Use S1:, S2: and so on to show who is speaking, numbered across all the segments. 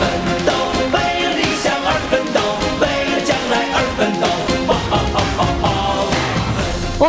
S1: 奋斗，为了理想而奋斗，为了将来而奋斗。
S2: 我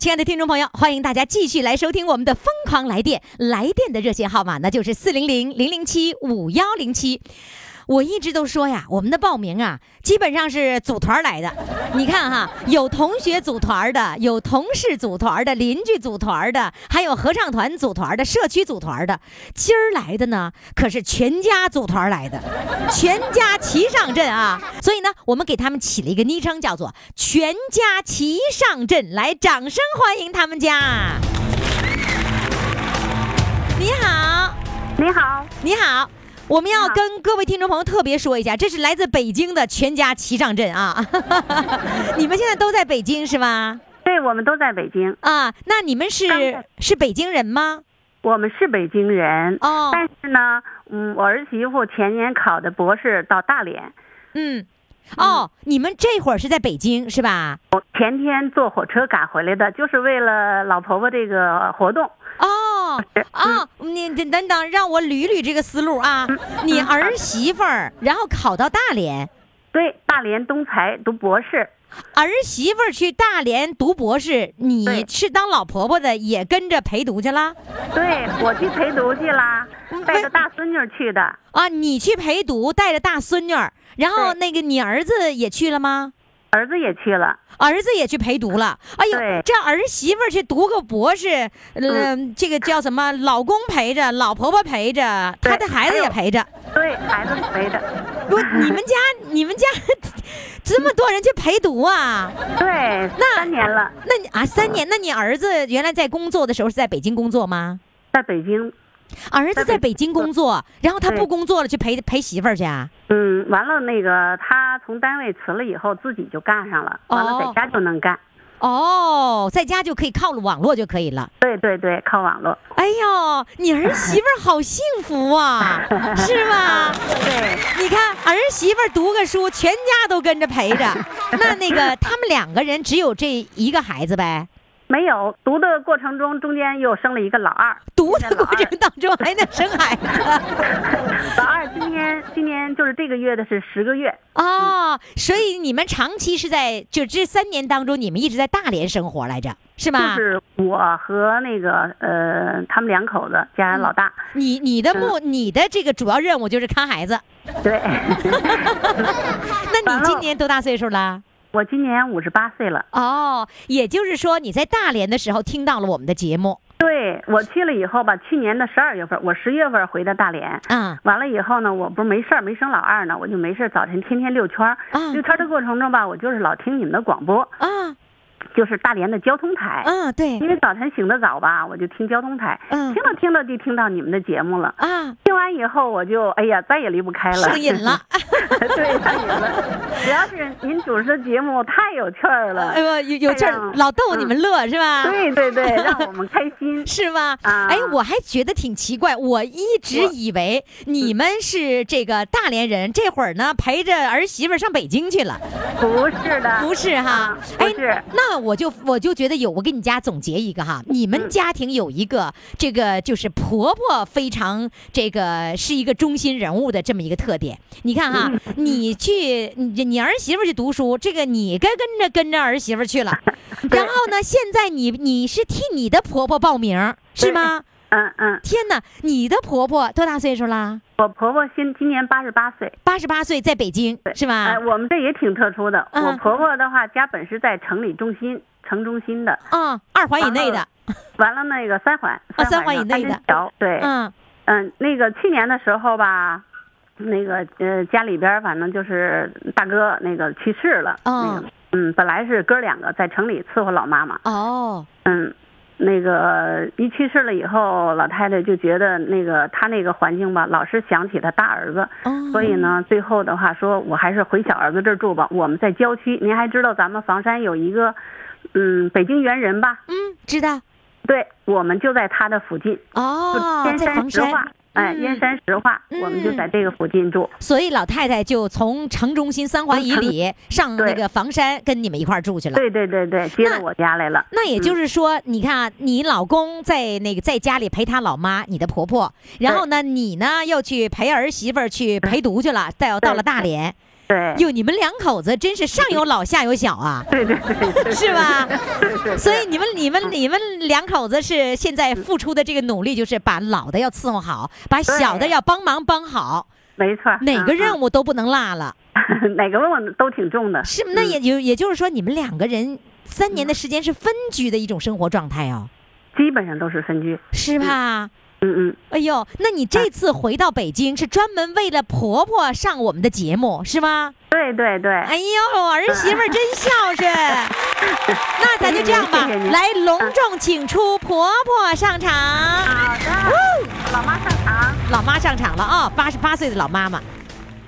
S2: 亲爱的听众朋友，欢迎大家继续来收听我们的《疯狂来电》，来电的热线号码呢就是四零零零零七五幺零七。我一直都说呀，我们的报名啊，基本上是组团来的。 你看哈，有同学组团的，有同事组团的，邻居组团的，还有合唱团组团的，社区组团的。今儿来的呢，可是全家组团来的， 全家齐上阵啊！所以呢，我们给他们起了一个昵称，叫做“全家齐上阵”。来，掌声欢迎他们家。你好。
S3: 你好，
S2: 你好，我们要
S3: 你好
S2: 跟各位听众朋友特别说一下，这是来自北京的全家齐上阵 啊！你们现在都在北京是吧？
S3: 对我们都在北京，
S2: 啊，那你们
S3: 刚
S2: 是
S3: 才
S2: 是北京人吗？
S3: 我们是北京人，
S2: 哦
S3: 但是呢，嗯，我儿媳妇前年考的博士到大连，
S2: 嗯，哦，你们这会儿是在北京是吧？
S3: 我前天坐火车赶回来的，就是为了老婆婆这个活动。
S2: 哦
S3: 是
S2: 哦，你等等等，让我捋捋这个思路啊！
S3: 嗯
S2: 你儿媳妇儿，然后考到大连，
S3: 对，大连东财读博士，
S2: 儿媳妇儿去大连读博士，你
S3: 对
S2: 是当老婆婆的也跟着陪读去了
S3: 对我去陪读去啦，带着大孙女去的。
S2: 啊？你去陪读，带着大孙女儿，然后
S3: 对
S2: 那个你儿子也去了吗？
S3: 儿子也去了，
S2: 儿子也去陪读了，哎呦
S3: 对，嗯
S2: 这儿媳妇儿去读个博士，呃，这个叫什么？老公陪着，老婆婆陪着，
S3: 对
S2: 她的孩子也陪着。
S3: 对孩子陪着，
S2: 不， 你们家你们家 这么多人去陪读啊？
S3: 对，
S2: 那
S3: 三年了，
S2: 那你啊，三年，那你儿子原来在工作的时候是在北京工作吗？
S3: 在北京，
S2: 儿子在
S3: 在
S2: 北
S3: 北
S2: 京工作，然后他
S3: 对
S2: 不工作了，去陪陪媳妇儿去啊？
S3: 嗯，完了那个他从单位辞了以后，自己就干上了，完了
S2: 哦
S3: 在家就能干。
S2: 哦，在家就可以靠网络就可以了。
S3: 对对对，靠网络。
S2: 哎呦，你儿媳妇儿好幸福 啊，是吧？
S3: 对，
S2: 你看儿媳妇儿读个书，全家都跟着陪着。那那个他们两个人只有这一个孩子呗？
S3: 没有读的过程中，中间又生了一个老二，
S2: 读的过程当中还能生孩子
S3: 老二今年今年就是这个月的是十个月，
S2: 哦，所以你们长期是在就这三年当中，你们一直在大连生活来着，是
S3: 就
S2: 吧？
S3: 是我和那个呃他们两口子加上老大，
S2: 你你的目你的这个主要任务就是看孩子。
S3: 对，
S2: 那你今年多大岁数了？
S3: 我今年五十八岁了，
S2: 哦，也就是说你在大连的时候听到了我们的节目
S3: 对我去了以后吧，去年的十二月份，我十月份回的大连。
S2: 啊、
S3: 完了以后呢，我不是没事儿没生老二呢，我就没事儿早晨天天溜圈儿
S2: 啊
S3: 溜圈儿的过程中吧，我就是老听你们的广播，
S2: 啊
S3: 就是大连的交通台，
S2: 啊！对
S3: 因为早晨醒得早吧，我就听交通台，
S2: 嗯
S3: 听着听着就听到你们的节目了。
S2: 啊，
S3: 听完以后，我就哎呀，再也离不开了，
S2: 上瘾了。
S3: 对，上 瘾了。主要是您主持的节目太有趣儿了
S2: 哎，呦，有有劲
S3: 太让
S2: 儿，
S3: 我
S2: 老逗你们乐、是吧？。
S3: 对对对，让我们开 心
S2: 是吧？
S3: 啊
S2: 哎，我还觉得挺奇怪，我一直以为你们是这个大连人，这会儿呢陪着儿媳妇儿上北京去了，
S3: 不是的，
S2: 不是哈
S3: 啊？不
S2: 哎，
S3: 是。
S2: 那我就我就觉得有，我给你家总结一个
S3: 嗯
S2: 哈，你们家庭有一个、这个就是婆婆非常这个是一个中心人物的这么一个特点。你看哈，
S3: 嗯
S2: 你去你你儿媳妇去读书，这个你该跟着跟着儿媳妇 去了，然后呢，现在你你是替你的婆婆报名是吗？
S3: 嗯嗯，
S2: 天哪，你的婆婆多大岁数啦？
S3: 我婆婆今今年八十八岁，
S2: 八十八岁，在北京
S3: 对
S2: 是吧
S3: 哎，？我们这也挺特殊的。
S2: 嗯
S3: 我婆婆的话，家本是在城里中心，城中心的，
S2: 啊、二环以内的
S3: 完了那个三环，
S2: 啊三环
S3: 环
S2: 以内的
S3: 安贞桥，对，
S2: 嗯
S3: 嗯，那个去年的时候吧，那个呃家里边儿反正就是大哥那个去世了，
S2: 哦
S3: 那个嗯，本来是哥两个在城里伺候老妈妈，
S2: 哦，
S3: 嗯，那个一去世了以后，老太太就觉得那个她那个环境吧，老是想起她大儿子，
S2: 哦
S3: 所以呢，最后的话说，我还是回小儿子这儿住吧。我们在郊区，您还知道咱们房山有一个，嗯，北京猿人吧？
S2: 嗯，知道
S3: 对，我们就在他的附近，就
S2: 哦，
S3: 燕
S2: 在
S3: 山
S2: 房
S3: 石化
S2: 山，，
S3: 哎，
S2: 嗯
S3: 燕山石化，我们就在这个附近住。
S2: 所以老太太就从城中心三环以里上那
S3: 嗯对
S2: 个房山，跟你们一块儿住去了。
S3: 对嗯对对对，接到
S2: 那
S3: 我家来了。
S2: 那也就是说，你看啊，你老公在那个在家里陪他老妈，你的婆婆，然后呢，你呢又去陪儿媳妇儿去陪读去了，到到了大连，
S3: 嗯对，
S2: 哟，你们两口子真是上有老下有小啊，
S3: 对对对 对，
S2: 是吧？
S3: 对对。嗯
S2: 所以你们你们你们两口子是现在付出的这个努力，就是把老的要伺候好，把小的
S3: 对
S2: 要帮忙帮好，
S3: 没错，
S2: 哪个任
S3: 务、
S2: 务都不能落了，
S3: 嗯 哪个任务都挺重的。
S2: 是吗？那
S3: 嗯
S2: 也就也就是说，你们两个人三年的时间是分居的一种生活状态哦，
S3: 基本上都是分居。
S2: 是吧？
S3: 嗯嗯，
S2: 哎呦，那你
S3: 啊
S2: 这次回到北京是专门为了婆婆上我们的节目是吗？
S3: 对对对。
S2: 哎呦，儿媳妇儿真孝 顺。那咱就这样吧，
S3: 谢谢啊您谢谢您
S2: 来隆重请出婆婆上场，
S3: 好的，老妈上场。
S2: 老妈上场了啊，八十八岁的老妈妈，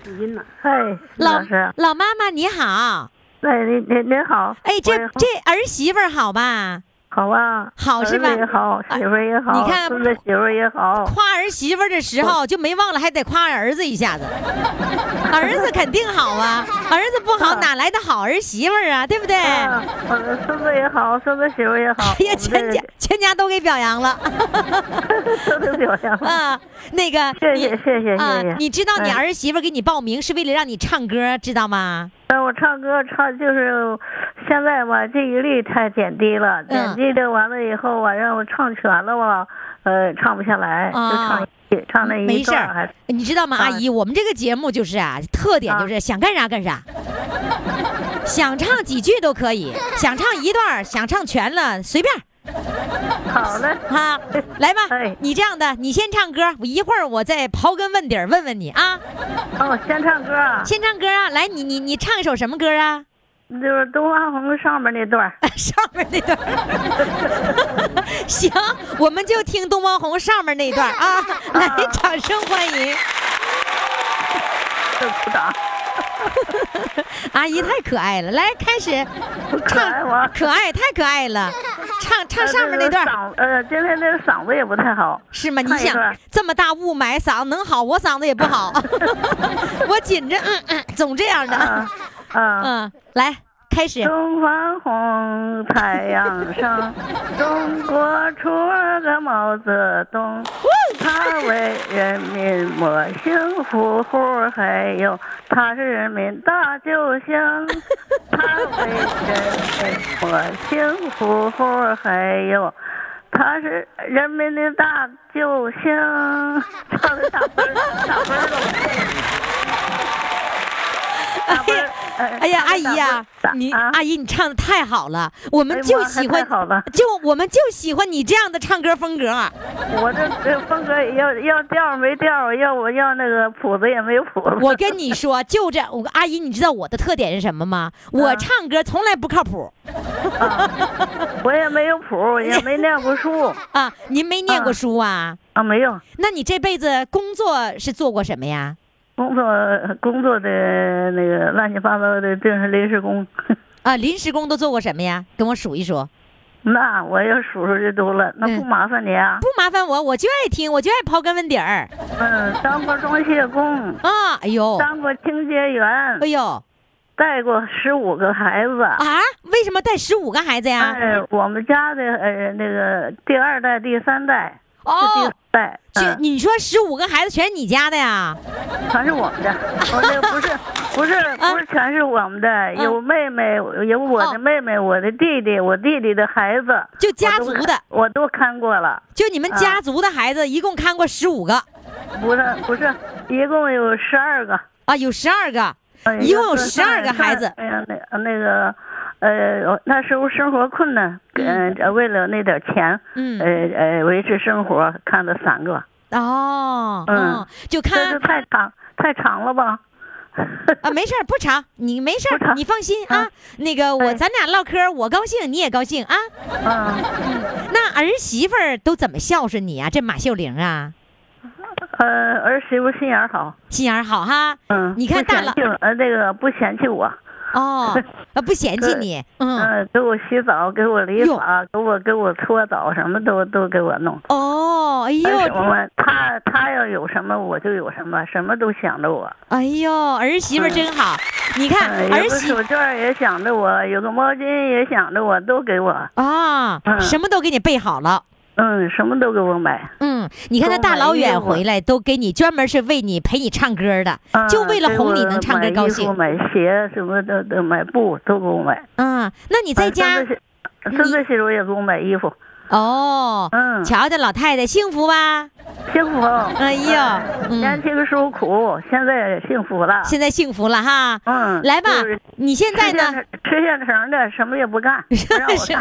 S3: 语音呢？
S4: 嗨，
S2: 哎老
S4: 师，
S2: 老妈妈你好，
S4: 哎，您您您好，
S2: 哎，
S4: 我
S2: 这
S4: 也好
S2: 这儿媳妇儿好吧？
S4: 好啊，
S2: 好
S4: 儿
S2: 是吧哎
S4: 子也好，媳妇儿也好，
S2: 你看
S4: 孙子媳妇儿也好，
S2: 夸儿媳妇儿的时候就没忘了还得夸儿子一下子， 儿子肯定好 啊，儿子不
S4: 嗯
S2: 好哪来的好儿媳妇儿啊，对不对？
S4: 啊， 呃孙子也好，孙子媳妇儿也好，
S2: 哎呀，
S4: 我们
S2: 全家全家都给表扬 了
S4: 这 都有表 扬，
S2: 啊！那个，
S4: 谢
S2: 你
S4: 谢谢谢谢
S2: 啊
S4: 谢。！
S2: 你知道你
S4: 嗯
S2: 儿媳妇给你报名是为了让你唱歌，知道吗？
S4: 哎，我唱歌唱就是现在吧，这一律太减低了，
S2: 嗯
S4: 减低的完了以后吧，让我唱全了吧，呃，唱不下来，就唱
S2: 啊
S4: 一唱那
S2: 没
S4: 一
S2: 事
S4: 段
S2: 儿
S4: 儿，
S2: 你知道吗，
S4: 啊
S2: 阿姨？我们这个节目就是啊，特点就是想干啥干 啥，想唱几句都可以，想唱一段儿，想唱全了随便儿
S4: 还好嘞，
S2: 啊！来吧
S4: 哎，
S2: 你这样的，你先唱歌，我一会儿我再刨根问底儿问问你啊。
S4: 哦，先唱歌啊，
S2: 先唱歌啊，来，你你你唱一首什么歌啊？
S4: 就是《东方红》上面那段儿。
S2: 上面那段儿。 行，我们就听东方红上面那段儿啊， 来，掌声欢迎！
S4: 鼓掌，
S2: 阿姨太可爱了，来开始
S4: 可爱吗
S2: 唱，？可爱太可爱 了，唱唱上面那段儿
S4: 嗓呃，今天这个嗓子也不太好。
S2: 是吗？你
S4: 唱一段
S2: 想
S4: 儿
S2: 这么大雾霾，嗓子能好？我嗓子也不好， 我紧着，嗯嗯，总这样的
S4: 啊，啊，嗯
S2: 嗯，来开始，
S4: 东方红，太阳升，中国出了个毛泽东，他为人民谋幸福，还有他是人民大 救星，他为人民谋幸福，还有。他是人民的大救星，唱的打分儿了，打分儿了，我这打分儿呃
S2: 哎呀，
S4: 唱
S2: 阿
S4: 得
S2: 姨
S4: 打分儿
S2: 呀
S4: 打，
S2: 你
S4: 啊
S2: 阿姨你唱的太好了，我
S4: 哎
S2: 们
S4: 呀
S2: 就
S4: 妈还
S2: 喜欢
S4: 太好了，
S2: 就我们就喜欢你这样的唱歌风格啊儿。
S4: 我这这风格要要调儿没调儿，要我要那个谱子也没谱子。
S2: 我跟你说，就这，我阿姨，你知道我的特点是什么吗？
S4: 嗯
S2: 我唱歌从来不靠谱
S4: 我也没有谱，我也没念过书
S2: 啊！您没念过书啊？
S4: 啊，没有
S2: 那你这辈子工作是做过什么呀？
S4: 工作工作的那个乱七八糟的，就是临时工。
S2: 啊，临时工都做过什么呀？跟我数一数。
S4: 那我要数数就多了，那不
S2: 嗯
S4: 麻烦你啊
S2: 不？麻烦我，我就爱听，我就爱刨根问底儿
S4: 嗯，当过装卸工，
S2: 啊！哎呦，
S4: 当过清洁员
S2: 哎，呦
S4: 带过十五个孩子。
S2: 啊！为什么带十五个孩子呀？
S4: 哎，我们家的呃那个第二代、第三代是
S2: 哦
S4: 第四，代，
S2: 就
S4: 嗯
S2: 你说十五个孩子全是你家的呀？
S4: 全是我们的，我那不是 不是不是全是我们的，有妹妹，有我
S2: 嗯哦
S4: 的妹妹，我的弟弟，我弟弟的孩子，
S2: 就家族的，
S4: 我啊都看过了，
S2: 就你们
S4: 啊
S2: 家族的孩子一共看过十五个
S4: 不是不是，一共有十二个，
S2: 啊，有十二个。
S4: 哎呀
S2: 一共有12个孩子
S4: 哎呀，那那个呃，我那时候生活困难，嗯、呃，为了那点钱，
S2: 嗯
S4: 呃呃，维持生活，看了三个，
S2: 哦，
S4: 哎嗯
S2: 哦，就
S4: 这是
S2: 看
S4: 太长太长了吧？
S2: 啊，没事儿，不长，你没事
S4: 不
S2: 儿，
S4: 长
S2: 你放心啊。那个我
S4: 哎
S2: 咱俩唠嗑儿，我高兴，你也高兴啊。
S4: 嗯，
S2: 那儿媳妇儿都怎么孝顺你啊？这马秀玲啊，
S4: 呃，儿媳妇心眼儿好，
S2: 心眼儿好哈。
S4: 嗯，
S2: 你看
S4: 不
S2: 大
S4: 嫌
S2: 了
S4: 弃我呃，那个不嫌弃我，
S2: 哦，啊不嫌弃
S4: 对
S2: 你，嗯。
S4: 嗯，给我洗澡，给我理
S2: 哟
S4: 发，给我给我搓澡，什么都都给我弄。
S2: 哦，哎
S4: 但是我
S2: 呦，
S4: 们他他要有什么我就有什么，什么都想着我。
S2: 哎呦，儿媳妇儿真好，你看
S4: 嗯，有
S2: 儿
S4: 个
S2: 媳
S4: 手绢儿也想着我，有个毛巾也想着我，都给我，
S2: 啊，
S4: 嗯
S2: 什么都给你备好了。
S4: 嗯，什么都给我买。
S2: 嗯，你看他
S4: 都
S2: 大
S4: 买
S2: 老
S4: 衣
S2: 远
S4: 服
S2: 回来，都给你专门是为你陪你唱歌儿的，就
S4: 嗯
S2: 为了
S4: 给
S2: 哄你
S4: 我
S2: 能唱歌
S4: 买
S2: 高
S4: 衣服
S2: 兴
S4: 买鞋什么的，都买布都给我买。
S2: 嗯，那你在家、
S4: 嗯孙子媳孙子媳妇也给我买衣服，
S2: 哦，
S4: 嗯
S2: 瞧瞧老太太幸福吧？
S4: 幸福。
S2: 哎呦，
S4: 年
S2: 嗯，
S4: 轻时候苦，现在幸福了。
S2: 现在幸福了哈。
S4: 嗯，
S2: 来吧
S4: 就是，
S2: 你现在 呢？
S4: 吃现成的，什么也不 干，不让我干。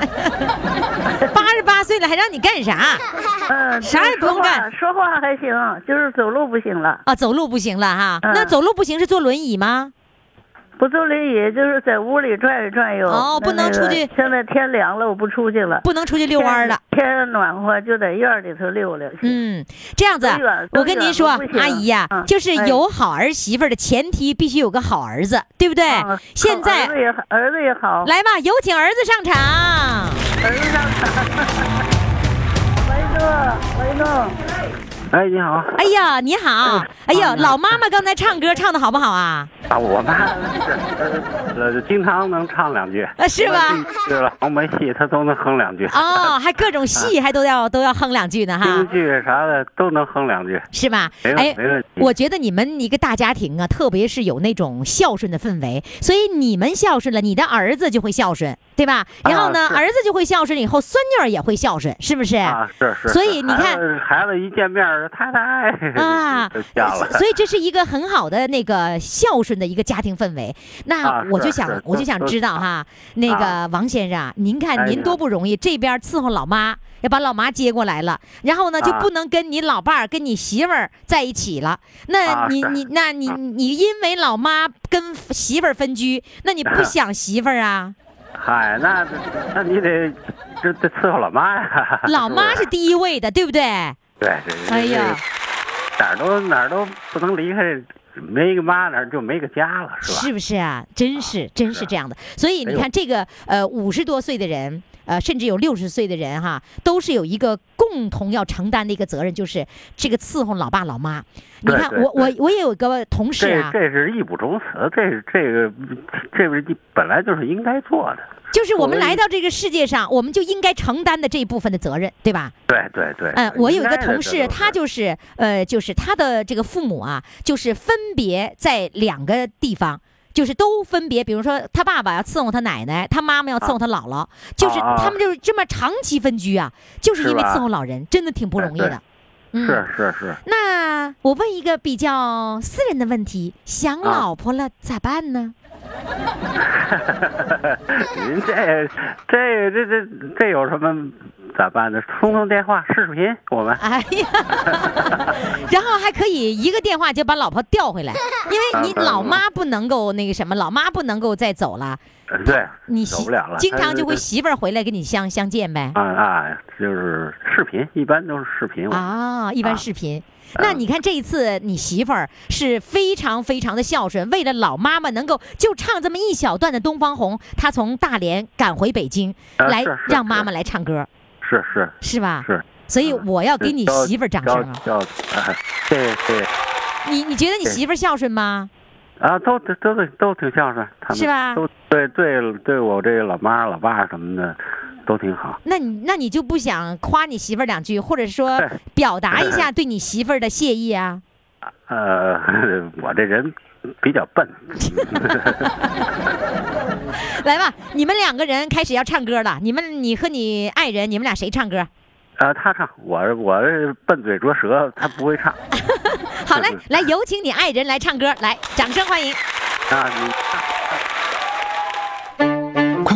S2: 八十八岁了，还让你干啥？
S4: 嗯，
S2: 啥也不用干
S4: 就是说话，说话还行，就是走路不行了，
S2: 啊，走路不行了哈。
S4: 嗯
S2: 那走路不行是坐轮椅吗？
S4: 不坐轮椅就是在屋里转悠转悠。
S2: 哦不能
S4: 那个
S2: 出去
S4: 现在天凉了，我不出去了。
S2: 不能出去遛弯儿了。
S4: 天，天暖和就在院儿里头溜溜去。
S2: 嗯，这样子啊
S4: 多远，
S2: 我跟您说，
S4: 多远都不行
S2: 阿姨呀、
S4: 嗯
S2: 就是
S4: 哎
S2: 有好儿媳妇儿的前提，必须有个好儿子，对不对？
S4: 啊
S2: 哎现在
S4: 儿子也好儿子也好，
S2: 来吧，有请儿子上场。
S4: 儿子上场。维诺，维诺，
S5: 哎，你好
S2: 哎呀，你好！哎呀，老妈妈刚才唱歌唱的好不好啊？
S5: 啊，我妈是 呃经常能唱两句，
S2: 啊，是
S4: 哎
S2: 吧？
S5: 是了，我没戏她都能哼两句，
S2: 哦，还各种戏
S4: 啊
S2: 还都要都要哼两句呢哈
S5: 京，剧啥的都能哼两句，
S2: 是吧？
S5: 没问
S2: 哎
S5: 没问题，
S2: 我觉得你们一个大家庭啊，特别是有那种孝顺的氛围，所以你们孝顺了，你的儿子就会孝顺，对吧？然后呢，
S5: 啊是
S2: 儿子就会孝顺，以后孙女儿也会孝顺，是不是？
S5: 啊，是是。
S2: 哎所以你看
S5: 孩子孩子一见面儿，太太
S2: 啊
S5: 就笑了。
S2: 所以这是一个很好的那个孝顺的一个家庭氛围。那
S5: 啊
S2: 我就是想，
S5: 是
S2: 我就
S5: 都
S2: 想
S5: 都
S2: 知道哈，那个王先生啊，您看
S5: 哎
S2: 您
S5: 呀
S2: 多不容易，这边伺候老妈，要把老妈接过来了，然后呢就
S5: 啊
S2: 不能跟你老伴儿、跟你媳妇儿在一起了。那
S5: 啊
S2: 你
S5: 是
S2: 你那你你因为老妈跟媳妇儿分居，那你 不想媳妇儿啊？
S5: 嗨，哎那那你得这这伺候老妈呀。
S2: 老妈是
S5: 不
S2: 第一位的，对不对？
S5: 对对。
S2: 哎呀，
S5: 哪儿都哪儿都不能离开，没个妈哪儿就没个家了，是吧？
S2: 是不是啊？真是，真是这样的。所以你
S5: 哎呦
S2: 看，这个呃，五十多岁的人，呃，甚至有六十岁的人哈，都是有一个共同要承担的一个责任，就是这个伺候老爸老妈。你
S5: 对
S2: 看，
S5: 对
S2: 我我我也有个同事
S5: 这
S2: 啊，
S5: 这是义不容辞，这是这个这不是一本来就是应该做的。
S2: 就是我们
S5: 我
S2: 来到这个世界上，我们就应该承担的这一部分的责任，对吧？
S5: 对对对。
S2: 嗯，我有一个
S5: 应该的
S2: 同
S5: 这
S2: 事，
S5: 都
S2: 他就是呃，就是他的这个父母啊，就是分别在两个地方。就是都分别，比如说他爸爸要伺候他奶奶，他妈妈要伺候他姥姥，就是
S5: 啊
S2: 他们就是这么长期分居啊，就是因为
S5: 是吧哎
S2: 伺候老人，真的挺不容易的。嗯，
S5: 是是是，
S2: 那我问一个比较私人的问题，想
S5: 啊
S2: 老婆了咋办呢？
S5: 您这这这这这有什么咋办呢？通通电话视频，我们
S2: 哎呀，然后还可以一个电话就把老婆调回 来，因为你
S5: 啊对
S2: 老妈不能够那个什么，老妈不能够再走了，
S5: 呃对
S2: 你
S5: 走
S2: 媳
S5: 不了了，
S2: 经
S5: 他
S2: 常就会
S5: 这
S2: 媳妇儿回来跟你相相见呗。
S5: 啊啊，就是视频，一般都是视频。我
S2: 啊，一般
S5: 啊
S2: 视频。那你看这一次，你媳妇儿是非常非常的孝顺，为了老妈妈能够就唱这么一小段的《东方红》，她从大连赶回北京
S5: 啊
S2: 来
S5: 是是
S2: 让妈
S5: 是
S2: 妈来唱歌，
S5: 是是
S2: 是吧？
S5: 是，
S2: 所以
S5: 嗯
S2: 我要给你
S5: 交
S2: 媳妇儿掌声啊！
S5: 交交啊，对对
S2: 你你觉得你
S5: 对
S2: 媳妇儿孝顺吗？
S5: 啊，都都都都挺孝顺，他们
S2: 是吧
S5: 都对对对我这老妈老爸什么的都挺好。
S2: 那你那你就不想夸你媳妇儿两句，或者 说表达一下对你媳妇儿的谢意啊？
S5: 呃， 我这人比较笨，
S2: 来吧，你们两个人开始要唱歌了。你们，你和你爱人，你们俩谁唱歌？
S5: 呃，他唱我我这笨嘴拙舌，他不会唱
S2: 好嘞，来有请你爱人
S5: 啊
S2: 来唱歌，来，掌声欢迎。
S5: 啊。你
S6: 快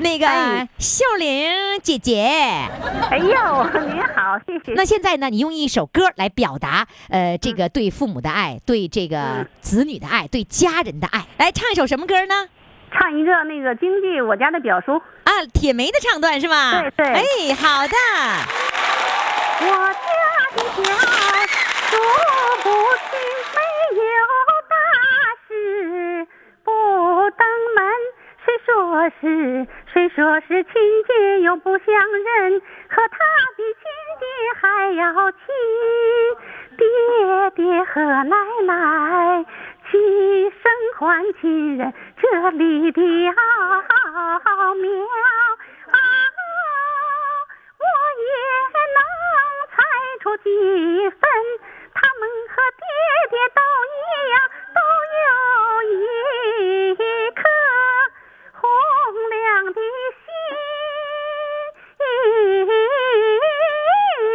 S2: 那个、
S4: 哎
S2: 笑玲姐姐，
S4: 哎呦，您好，谢谢。
S2: 那现在呢，你用一首歌来表达呃这个对父母的爱，对这
S3: 嗯
S2: 个子女的爱，对家人的爱，来唱一首什么歌呢？
S3: 唱一个那个京剧《我家的表叔》。
S2: 啊，铁梅的唱段是吧？
S3: 对对
S2: 哎，好的，
S4: 我家的表说不去，没有大事不登门。谁说是谁说是亲爹又不相认，和他比亲爹还要亲，爹爹和奶奶齐声唤亲人，这里的奥妙。我也能猜出几分，他们和爹爹都一样，都有一颗红亮的心。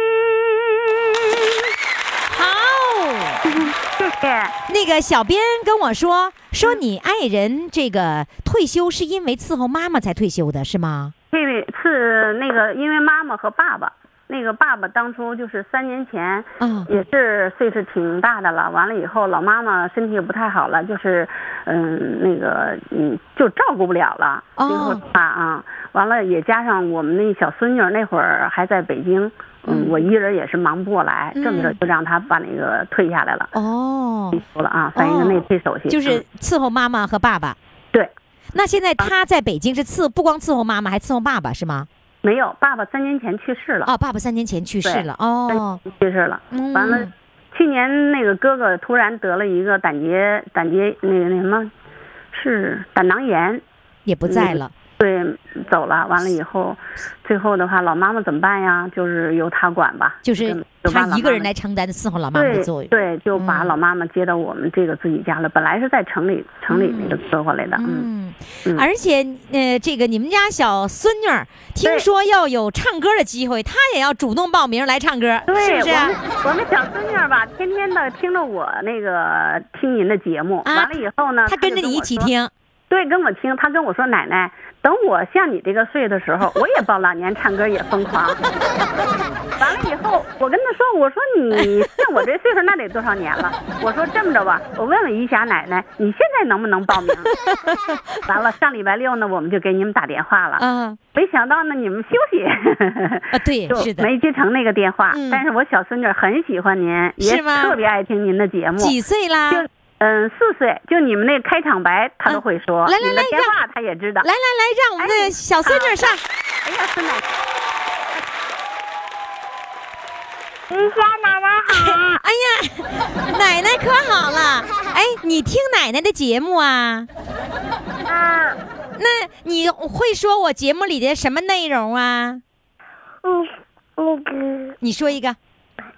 S2: 好。
S4: 谢谢。
S2: 那个小编跟我说，说你爱人这个退休是因为伺候妈妈才退休的，是吗？
S3: 这次那个，因为妈妈和爸爸，那个爸爸当初就是三年前，
S2: 啊
S3: 也是岁数挺大的了。完了以后，老妈妈身体也不太好了，就是，嗯，那个，嗯，就照顾不了了。
S2: 哦
S3: 最后他啊，完了也加上我们那小孙女儿那会儿还在北京，嗯，我一人也是忙不过来，这么着就让他把那个退下来了，
S2: 哦
S3: 退，休了啊，三一个内退首席，
S2: 就是
S3: 嗯
S2: 伺候妈妈和爸爸。
S3: 对。
S2: 那现在他在北京是伺不光伺候妈妈，还伺候爸爸是吗？
S3: 没有爸爸三年前去世了，
S2: 哦，爸爸三年前去世
S3: 对
S2: 了。哦，
S3: 去世了。
S2: 嗯，
S3: 完了，去年那个哥哥突然得了一个胆结胆结那个那什么，是胆囊炎，
S2: 也不在了。
S3: 对，走了。完了以后，最后的话，老妈妈怎么办呀？就是由他管吧，
S2: 就是
S3: 嗯就把老
S2: 他一个
S3: 妈
S2: 人
S3: 妈
S2: 来承担伺候老妈妈的
S3: 对
S2: 作用。
S3: 对，就把
S2: 嗯
S3: 老妈妈接到我们这个自己家了。本来是在城里城里那个坐回来的，嗯，
S2: 嗯，
S3: 嗯
S2: 而且呃，这个你们家小孙女儿听说要有唱歌的机会，她也要主动报名来唱歌，
S3: 对
S2: 是不是啊？
S3: 我们我们小孙女儿吧，天天的听着我那个听您的节目，
S2: 啊
S3: 完了以后呢，
S2: 她跟着
S3: 就
S2: 你一
S3: 我
S2: 起
S3: 说
S2: 听。
S3: 对，跟我听，他跟我说：“奶奶，等我像你这个岁的时候，我也报老年唱歌也疯狂。” 完了以后，我跟他说：“我说你像我这岁数，那得多少年了？我说这么着吧，我问问于霞奶奶，你现在能不能报名？” 完了，上礼拜六呢，我们就给你们打电话了，
S2: 啊
S3: 没想到呢，你们休 息，
S2: 啊，对，是的。
S3: 就没接成那个电话。
S2: 嗯
S3: 但是我小孙女很喜欢您，也
S2: 是吗
S3: 特别爱听您的节目。
S2: 几岁啦？
S3: 就嗯，四岁，就你们那开场白他都会说，
S2: 嗯来来
S3: 你的
S2: 来
S3: 电话他也知道。
S2: 来来来，让我们的小孙女儿上。
S3: 哎呀，孙奶奶，
S4: 云霞奶奶好，
S2: 哎呀，奶奶可好 了。哎，你听奶奶的节目啊？
S4: 啊，
S2: 那你会说我节目里的什么内容啊？
S4: 嗯，那个
S2: 你说一个。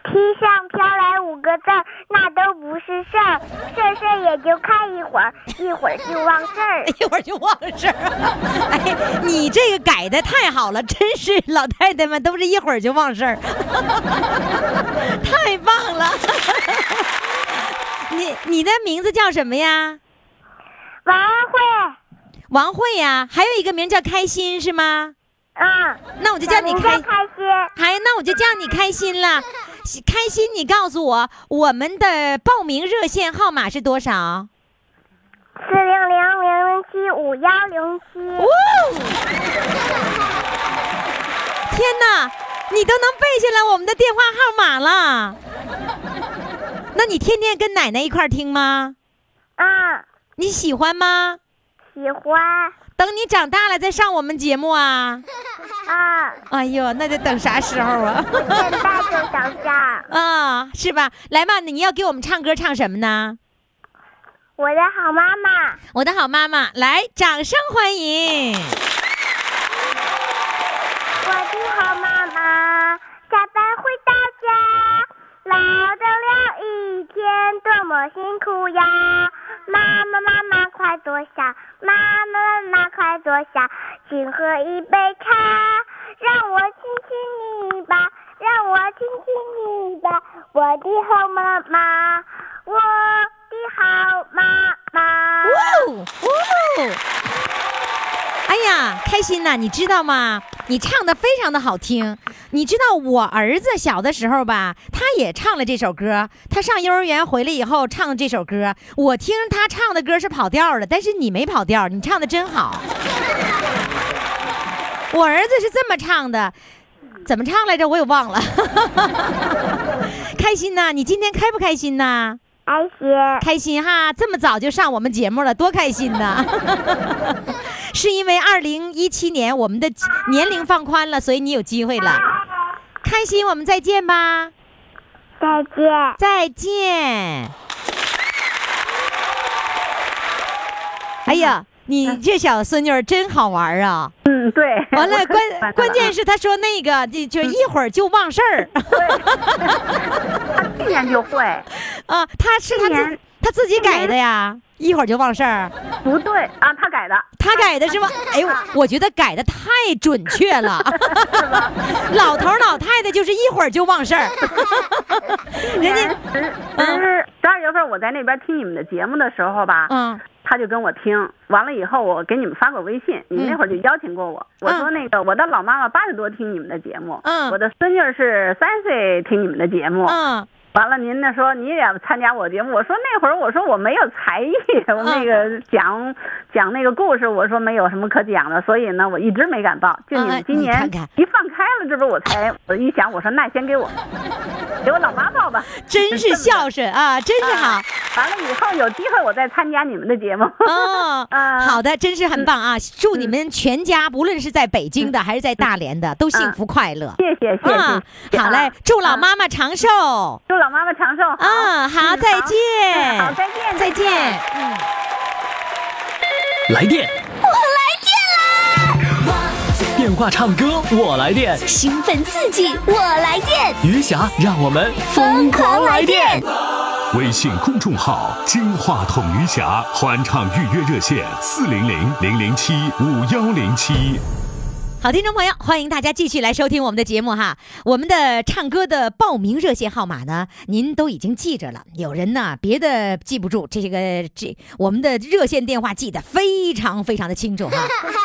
S4: 天上飘来五个字儿，那都不是事儿，事事也就看一会儿，一会儿就忘事儿。
S2: 一会儿就忘事儿。哎，你这个改的太好了，真是老太太们都是一会儿就忘事儿， 太棒了。你你的名字叫什么呀？
S4: 晚安会，
S2: 王慧呀、还有一个名叫开心是吗？
S4: 嗯，
S2: 那我就叫你
S4: 小明
S2: 开
S4: 在，开心。
S2: 哎，那我就叫你开心了。开心，你告诉我我们的报名热线号码是多少？
S4: 四零零零零七五幺零七，
S2: 天哪，你都能背下来我们的电话号码了？那你天天跟奶奶一块儿听吗？
S4: 嗯，
S2: 你喜欢吗？
S4: 喜欢，
S2: 等你长大了再上我们节目啊！
S4: 啊，
S2: 哎呦，那得等啥时候啊？
S4: 现在就想上。
S2: 啊，是吧？来吧，你要给我们唱歌，唱什么呢？
S4: 我的好妈妈，
S2: 我的好妈妈，来，掌声欢迎！
S4: 我的好妈妈，下班回到家，劳动了一天，多么辛苦呀！妈妈，妈妈，快
S7: 快坐下，妈妈妈妈快坐下，请喝一杯茶，让我亲亲你吧，让我亲亲你吧，我的好妈妈，我的好妈妈。
S2: 哇哦，哇哦！哎呀，开心呐、你知道吗？你唱的非常的好听。你知道我儿子小的时候吧，他也唱了这首歌。他上幼儿园回来以后唱的这首歌，我听他唱的歌是跑调的，但是你没跑调，你唱的真好。我儿子是这么唱的，怎么唱来着？我也忘了。 开心呐、你今天开不开心呐、
S7: 开 心，
S2: 开心哈！这么早就上我们节目了，多开心呐！ 是因为二零一七年我们的年龄放宽了，所以你有机会了。开心，我们再见吧，
S7: 再见。
S2: 再见。哎呀，你这小孙女儿真好玩儿啊！
S3: 嗯，对。
S2: 完了
S3: 我，特喜欢她
S2: 关关键是她说那个，就就一会儿就忘事儿
S3: 她去年就会，
S2: 啊，她是她自她自己改的呀，一会儿就忘事儿。
S3: 不对啊，她改的。
S2: 他改的是 吗？哎呦，我觉得改的太准确了。老头儿老太太就是一会儿就忘事 儿，人家
S3: 十十十二月份我在那边听你们的节目的时候吧，
S2: 嗯，
S3: 他就跟我听完了以后，我给你们发过微信，你们
S2: 嗯
S3: 那会儿就邀请过我。我说那个我的老妈妈八十多听你们的节目，
S2: 嗯
S3: 我的孙女儿是三岁听你们的节目。
S2: 嗯
S3: 完了，您那说你也参加我节目，我说那会儿我说我没有 才艺，我那个
S2: 嗯
S3: 讲讲那个故事，我说没有什么可讲的，所以呢我一直没敢报。就你
S2: 嗯
S3: 们今年
S2: 你看看
S3: 一放开了，这不是我才我一想，我说那先 给我给我老妈报吧，
S2: 真是孝顺啊，真是好
S3: 啊。完了以后有机会我再参加你们的节目。
S2: 哦，
S3: 啊嗯
S2: 好的，真是很棒啊！祝你们全家，不论是在北京的还是在大连的，都幸福快乐
S3: 谢嗯谢谢
S2: 啊！
S3: 谢，
S2: 好嘞
S3: 啊，
S2: 祝老妈妈长寿
S3: 祝老妈妈长寿。
S2: 啊！好，
S3: 嗯
S2: 再
S3: 好
S2: 见，
S3: 嗯好再见
S2: 再见。
S6: 来电，我来电啦！电话唱歌，我来电。
S8: 兴奋刺激，我来电，
S6: 余霞，让我们
S8: 疯狂来电！
S9: 微信公众号“金话筒余霞”欢唱预约热线：四零零零零七五幺零七。
S2: 好，听众朋友，欢迎大家继续来收听我们的节目哈。我们的唱歌的报名热线号码呢，您都已经记着了。有人呢，别的记不住，这个这我们的热线电话记得非常非常的清楚哈。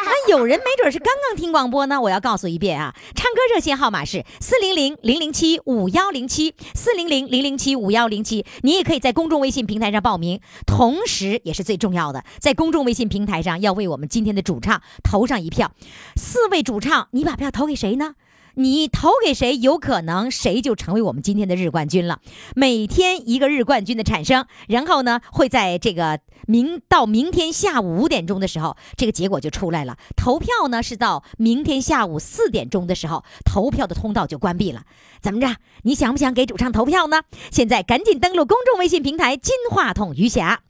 S2: 那有人没准是刚刚听广播呢，我要告诉一遍啊，唱歌热线号码是四零零零零七五幺零七四零零零零七五幺零七，你也可以在公众微信平台上报名，同时也是最重要的，在公众微信平台上要为我们今天的主唱投上一票。四位主唱，你把票投给谁呢？你投给谁，有可能谁就成为我们今天的日冠军了。每天一个日冠军的产生，然后呢，会在这个明到明天下午五点钟的时候，这个结果就出来了。投票呢是到明天下午四点钟的时候，投票的通道就关闭了。怎么着？你想不想给主唱投票呢？现在赶紧登录公众微信平台“金话筒余霞”。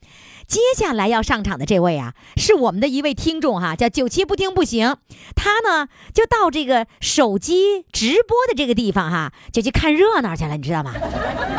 S2: 接下来要上场的这位啊，是我们的一位听众哈、叫九七不听不行。他呢就到这个手机直播的这个地方哈、就去看热闹去了，你知道吗？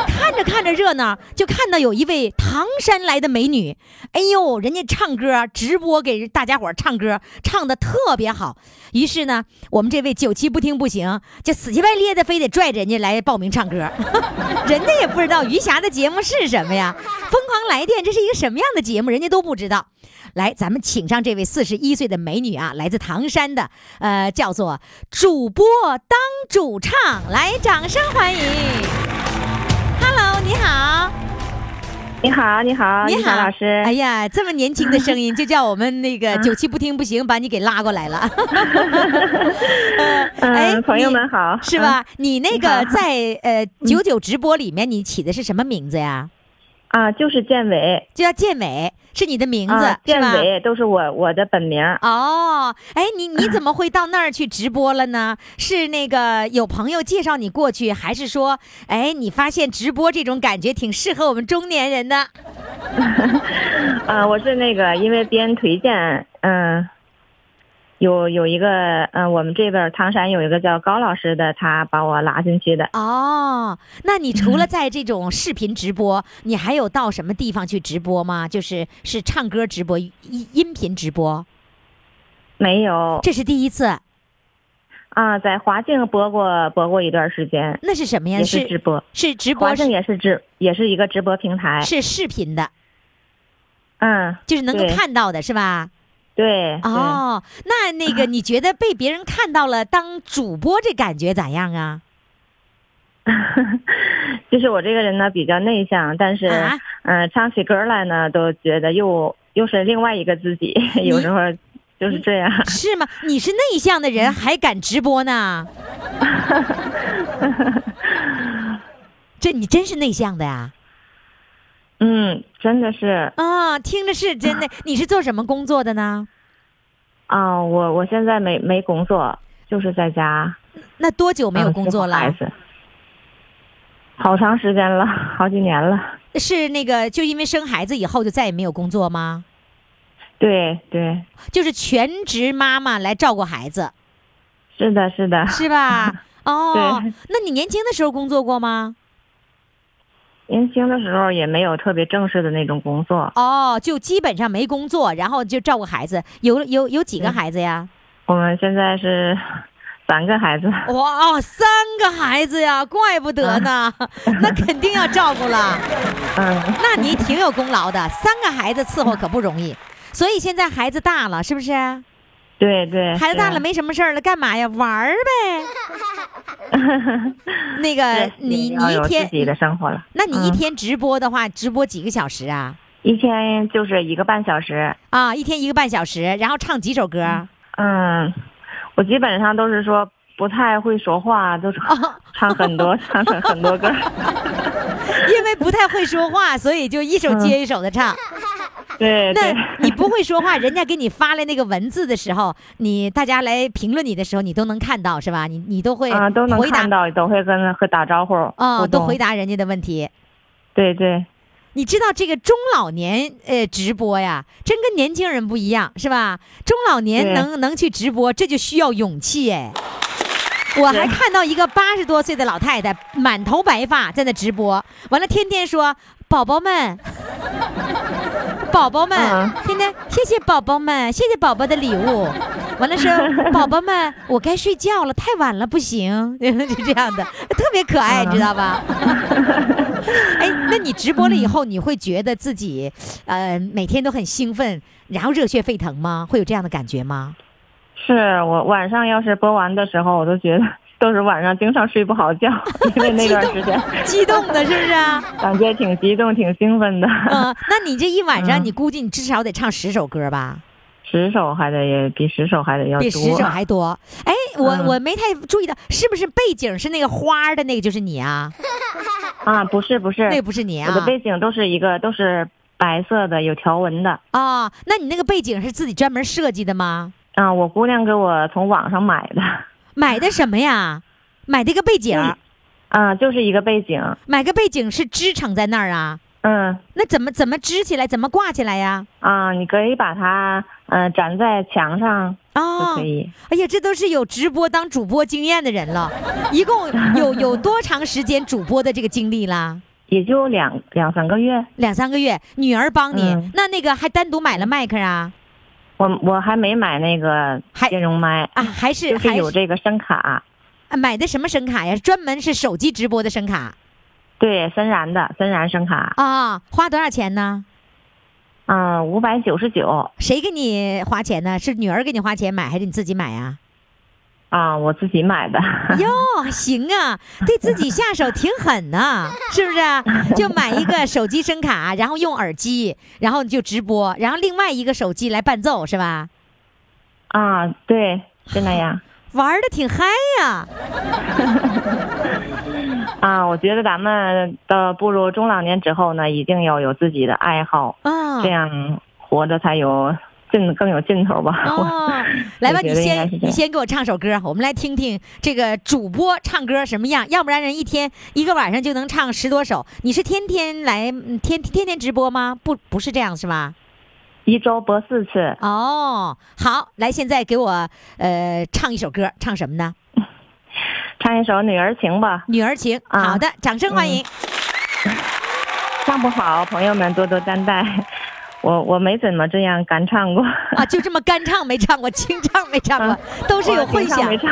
S2: 看着看着热闹，就看到有一位唐山来的美女，哎呦，人家唱歌直播给大家伙儿唱歌，唱的特别好。于是呢，我们这位九七不听不行，就死乞白咧的非得拽着人家来报名唱歌， 人家也不知道余霞的节目是什么呀，《疯狂来电》这是一个什么样的节目，人家都不知道。来，咱们请上这位四十一岁的美女啊，来自唐山的，呃，叫做主播当主唱，来，掌声欢迎。Hello，你好，
S10: 你好，你好，
S2: 你
S10: 玉霞老师。嗯
S2: 哎呀，这么年轻的 声音，就叫我们那个九七不听不行，把你给拉过来了。呃
S10: 嗯、朋友
S2: 你
S10: 们好，嗯
S2: 是吧？你那个在呃九九直播里面，你起的是什么名字呀？
S10: 嗯？啊，就是建伟，
S2: 就叫健美，是你的名字、
S10: 啊，
S2: 是
S10: 建
S2: 吧？
S10: 伟都是我我的本名。
S2: 哦，哎，你你怎么会到那儿去直播了呢？是那个有朋友介绍你过去，还是说，哎，你发现直播这种感觉挺适合我们中年人的？
S10: 呃啊，我是那个因为别人推荐，嗯、呃有有一个，嗯、我们这边儿唐山有一个叫高老师的，他把我拉进去的。
S2: 哦，那你除了在这种视频直播，你还有到什么地方去直播吗？就是是唱歌直播、音音频直播？
S10: 没有，
S2: 这是第一次。
S10: 啊，在华静播过播过一段时间。
S2: 那是什么呀
S10: 也是
S2: 是
S10: 直播，
S2: 是直播
S10: 华
S2: 是
S10: 静也是直，也是一个直播平台。
S2: 是视频的，
S10: 嗯，
S2: 就是能够
S10: 对
S2: 看到的，是吧？
S10: 对。
S2: 哦，那那 个你觉得被别人看到了当主播这感觉咋样啊？
S10: 对，就是我这个人呢比较内向，但是嗯、
S2: 啊
S10: 呃唱起歌来呢，都觉得又又是另外一个自己， 有时候就是这样。
S2: 是吗？你是内向的人还敢直播 呢？这你真是内向的呀！
S10: 嗯，真的是
S2: 啊，听着 是真的。你是做什么工作的呢？
S10: 啊、我我现在没没工作，就是在家。
S2: 那多久没有
S10: 嗯
S2: 工
S10: 伺
S2: 作
S10: 候
S2: 了？
S10: 孩子好长时间了， 好几年了。
S2: 是那个，就因为生孩子以后就再也没有工作吗？
S10: 对对，
S2: 就是全职妈妈来照顾孩子，
S10: 是的，是的。
S2: 是吧？哦
S10: 嗯对，
S2: 那你年轻的时候工作过吗？
S10: 年轻的时候也没有特别正式的那种工作，
S2: 哦，就基本上没工作，然后就照顾孩子。有有有几个
S10: 对
S2: 孩子呀？
S10: 我们现在是三个孩子。
S2: 哇、哦，三个孩子呀，怪不得呢， 那肯定要照顾了。
S10: 嗯，
S2: 那你挺有功劳的，三个孩子伺候可不容易。所以现在孩子大了，是不是？啊
S10: 对对。
S2: 孩子大
S10: 是
S2: 了没什么事儿了，干嘛呀？玩儿呗。 那个
S10: 对，
S2: 呃你
S10: 也
S2: 你
S10: 要有
S2: 一
S10: 自己
S2: 天，
S10: 的生活了。
S2: 那你一
S10: 嗯
S2: 天直播的话，直播几个小时啊？
S10: 一天就是一个半小时。
S2: 啊，一天一个半小时，然后唱几首歌？
S10: 嗯，我基本上都是说不太会说话，都是
S2: 哦
S10: 唱很多，唱很很多歌。
S2: 因为不太会说话，所以就一首接一首的唱。
S10: 嗯对对
S2: 那你不会说话，人家给你发来那个文字的时候，你大家来评论你的时候，你都能看到是吧？你你都会
S10: 啊、都能
S2: 回答
S10: 看到，都会跟人会打招呼。
S2: 啊、
S10: 互
S2: 都
S10: 动
S2: 回。答人家的问题。
S10: 对对
S2: 你知道这个中老年呃直播呀，真跟年轻人不一样，是吧？中老年
S10: 对
S2: 能能去直播，这就需要勇气哎。我还看到一个八十多岁的老太太，满头白发在那直播，完了天天说宝宝们，宝宝们，
S10: 嗯
S2: 天天谢谢宝宝们，谢谢宝宝的礼物。完 了说宝宝们，我该睡觉了，太晚了不行， 就这样的，特别可爱，
S10: 啊
S2: 你知 道吧？哎，那你直播了以后，你会觉得自己，呃，每天都很兴奋，然后热血沸腾吗？会有这样的感觉吗？
S10: 是我晚上要是播完的时候，我都觉得都是晚上经常睡不好觉， 因为那段时间
S2: 激动的是不是啊？
S10: 感觉挺激动、挺兴奋的。
S2: 嗯，那你这一晚上，
S10: 嗯
S2: 你估计你至少得唱十首歌吧，
S10: 十首还得也比十首还得要啊多。
S2: 比十首还多。哎，我、
S10: 嗯
S2: 我没太注意到，是不是背景是那个花儿的那个就是你啊？
S10: 啊，不是不是，
S2: 那个不是你啊
S10: 我？的背景都是一个都是白色的，有条纹的。
S2: 啊、那你那个背景是自己专门设计的吗？
S10: 啊、我姑娘给我从网上买的。
S2: 买的什么呀？买的一个背景儿，
S10: 嗯啊、就是一个背景。
S2: 买个背景是支撑在那儿啊？
S10: 嗯
S2: 那怎么怎么支起来？怎么挂起来呀？
S10: 啊、你可以把它嗯、呃粘在墙上就
S2: 哦
S10: 可，以。
S2: 哎呀，这都是有直播当主播经验的人了，一共有有多长时间主播的这个经历啦？
S10: 也就两两三个月，
S2: 两三个月，女儿帮你，
S10: 嗯
S2: 那那个还单独买了麦克啊？
S10: 我我还没买那个
S2: 还
S10: 电容麦，
S2: 啊，还是
S10: 就
S2: 还
S10: 是有这个声卡，
S2: 啊买的什么声卡呀？专门是手机直播的声卡
S10: 对，森然的森然声卡，
S2: 啊？花多少钱呢？
S10: 嗯，五百九十九
S2: 谁给你花钱呢？是女儿给你花钱买，还是你自己买 啊？
S10: 啊，我自己买的，
S2: 哟，行啊，对自己下手挺狠呐、是不是啊、就买一个手机声卡，然后用耳机，然后你就直播，然后另外一个手机来伴奏，是吧？
S10: 啊，对，是那样
S2: 玩的挺嗨呀、
S10: 啊，我觉得咱们的步入中老年之后呢，一定要有自己的爱好，
S2: 啊！
S10: 这样活着才有劲，更有劲头吧。我
S2: 哦，来吧，
S10: 我觉
S2: 你
S10: 得应该
S2: 先
S10: 是这
S2: 你
S10: 样
S2: 先给我唱首歌，我们来听听这个主播唱歌什么样，要不然人一天一个晚上就能唱十多首。你是天天来，嗯天天天直播吗？不，不是这样是吧？
S10: 一周播四次。
S2: 哦，好，来，现在给我呃唱一首歌，唱什么呢？
S10: 唱一首《女儿情》吧，
S2: 《女儿情》
S10: 啊
S2: 好的，掌声欢迎。
S10: 嗯唱不好，朋友们多多担待。 我我没怎么这样干唱过，
S2: 啊，就这么干唱没唱过，清唱没唱过，都
S10: 哦
S2: 是有混响。
S10: 嗯我清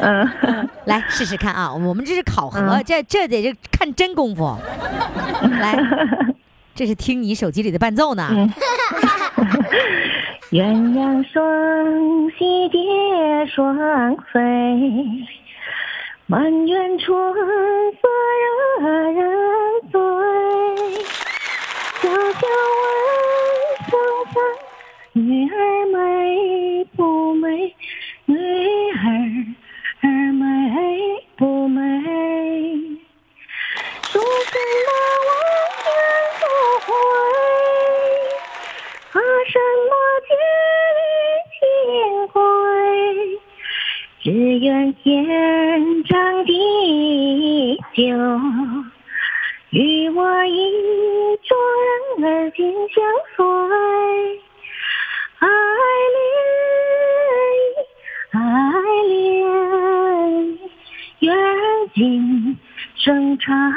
S2: 嗯， 来试试看啊，我们这是考核，
S10: 嗯
S2: 这这得是看真功 夫。来，这是听你手机里的伴奏呢。
S10: 嗯
S11: 鸳鸯双栖蝶双飞，满园春色惹人醉。小小问声声，女儿美不美？女儿儿美不美？书生那望眼不回。啊，什么节日情归？只愿天长地久，与我意中人儿紧相随。爱恋，爱恋，愿今生长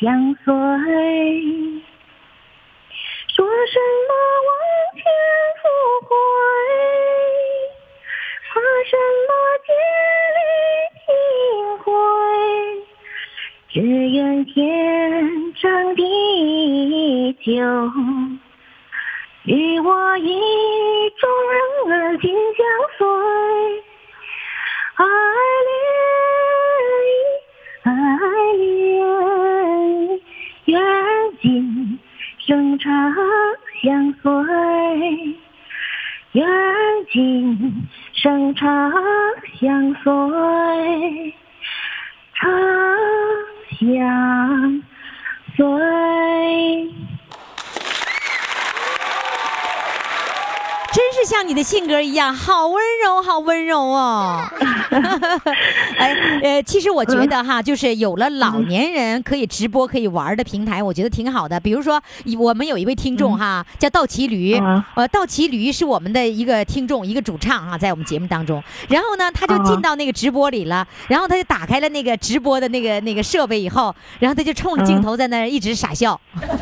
S11: 相随。说什么望天富贵，怕什么千里情归，只愿天长地久，与我意中人儿紧相随。爱恋，爱恋，愿今。生长相随，愿今生长相随，长相随。
S2: 真是像你的性格一样，好温柔，好温柔 哦。 哎，呃，其实我觉得哈，就是有了老年人可以直播、可以玩的平台，我觉得挺好的。比如说，以我们有一位听众哈，叫道奇驴，呃，道奇驴是我们的一个听众，一个主唱啊，在我们节目当中。然后呢，他就进到那个直播里了，然后他就打开了那个直播的那个那个设备以后，然后他就冲着镜头在那儿一直傻笑。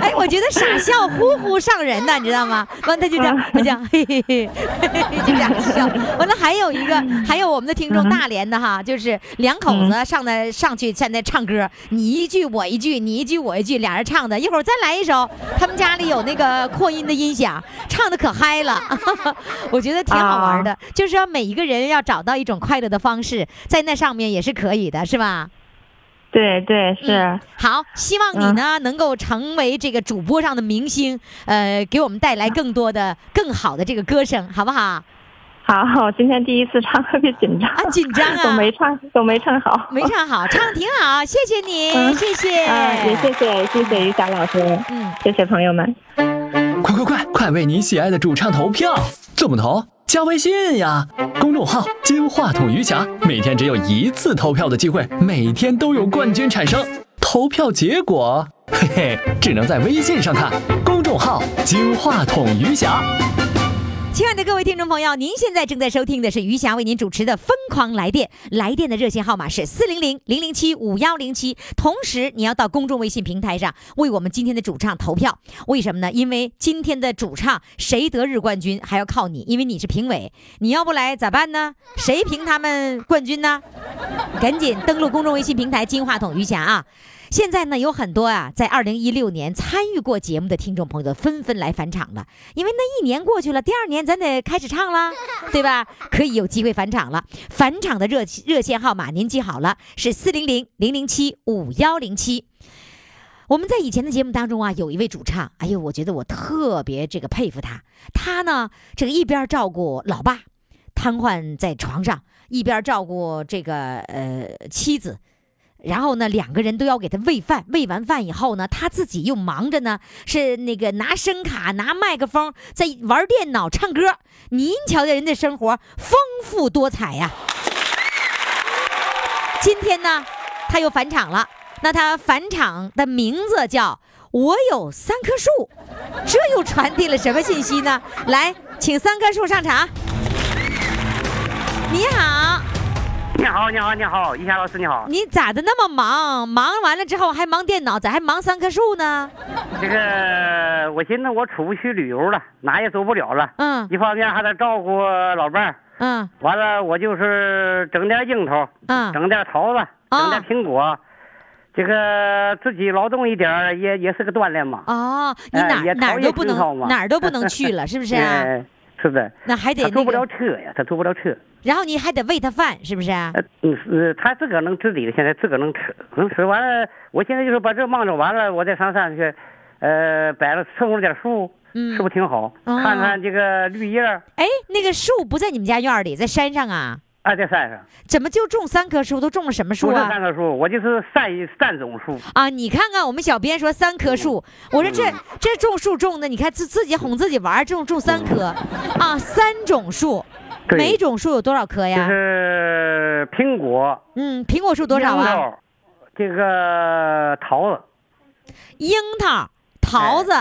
S2: 哎，我觉得傻笑呼呼上人呢，你知道吗？完，他就这样，他这样，嘿嘿嘿，嘿嘿 就这样笑。完了，还有一个，还有我们的听众大连的哈，就是两口子上的上去现在唱歌，你一句我一句，你一句我一句，俩人唱的，一会儿再来一首。他们家里有那个扩音的音响，唱的可嗨了， 我觉得挺好玩的。就是说，每一个人要找到一种快乐的方式，在那上面也是可以的，是吧？
S10: 对对是。
S2: 嗯好，希望你呢、能够成为这个主播上的明星，呃，给我们带来更多的、更好的这个歌声，好不好？
S10: 好，我今天第一次唱，特别紧张，
S2: 紧张 啊
S10: 都没唱，都没唱好，
S2: 没唱好，唱得挺好，谢谢你，
S10: 嗯
S2: 谢谢。
S10: 啊，也谢谢谢谢于霞老师，
S2: 嗯，
S10: 谢谢朋友们。
S6: 快快快，快为你喜爱的主唱投票！怎么投？加微信呀，公众号“金话筒余霞”，每天只有一次投票的机会，每天都有冠军产生。投票结果，嘿嘿，只能在微信上看。公众号“金话筒余霞”。
S2: 亲爱的各位听众朋友，您现在正在收听的是余霞为您主持的《疯狂来电》，来电的热线号码是四零零零零七五幺零七。同时，你要到公众微信平台上为我们今天的主唱投票，为什么呢？因为今天的主唱谁得日冠军还要靠你，因为你是评委，你要不来咋办呢？谁评他们冠军呢？赶紧登录公众微信平台“金话筒余霞”啊！现在呢，有很多啊，在二零一六年参与过节目的听众朋友纷纷来返场了，因为那一年过去了，第二年咱得开始唱了，对吧？可以有机会返场了。返场的热热线号码您记好了，是四零零零零七五幺零七。我们在以前的节目当中啊，有一位主唱，哎呦，我觉得我特别这个佩服他。他呢，这个一边照顾老爸瘫痪在床上，一边照顾这个呃妻子，然后呢，两个人都要给他喂饭。喂完饭以后呢，他自己又忙着呢，是那个拿声卡、拿麦克风，在玩电脑、唱歌。您瞧瞧人家生活丰富多彩呀、今天呢，他又返场了。那他返场的名字叫“我有三棵树”，这又传递了什么信息呢？来，请三棵树上场。你好，
S12: 你好，你好，你好，一霞老师你好。
S2: 你咋的那么忙？忙完了之后还忙电脑，咋还忙三棵树呢？
S12: 这个我寻思我出不去旅游了，哪也走不了了。
S2: 嗯，
S12: 一方面还得照顾老伴儿，
S2: 嗯，
S12: 完了我就是整点樱桃，
S2: 嗯
S12: 整点桃子，整点苹果，这个自己劳动一点儿也也是个锻炼嘛。
S2: 哦，你哪、
S12: 哎也
S2: 哪
S12: 陶
S2: 儿
S12: 冶
S2: 都不
S12: 情操
S2: 能
S12: 嘛
S2: 哪儿都不能 去了，是不是、啊？
S12: 哎是的。
S2: 那还得
S12: 他坐不
S2: 那
S12: 了
S2: 个
S12: 车呀，他坐不了车。
S2: 然后你还得喂它饭，是不是啊？
S12: 嗯，是他自个儿能自理了，现在自个儿能吃，能吃完了，我现在就是把这忙着完了，我再上山去，呃，摆了伺候点树，
S2: 嗯
S12: 是不是挺好？
S2: 哦
S12: 看看这个绿叶儿，
S2: 哎，那个树不在你们家院儿里，在山上啊？
S12: 啊，在山上，
S2: 怎么就种三棵树？都种了什么树
S12: 不是
S2: 啊？
S12: 三棵树，我就是善善种树。
S2: 啊，你看看我们小编说三棵树，
S12: 嗯
S2: 我说这这种树种的，你看自自己哄自己玩儿，这种种三棵，啊，三种树，
S12: 嗯对
S2: 每种树有多少棵
S12: 就
S2: 呀？
S12: 是苹果，
S2: 嗯，苹果树多少
S12: 樱
S2: 啊？
S12: 桃？这个桃子，
S2: 樱桃、桃子，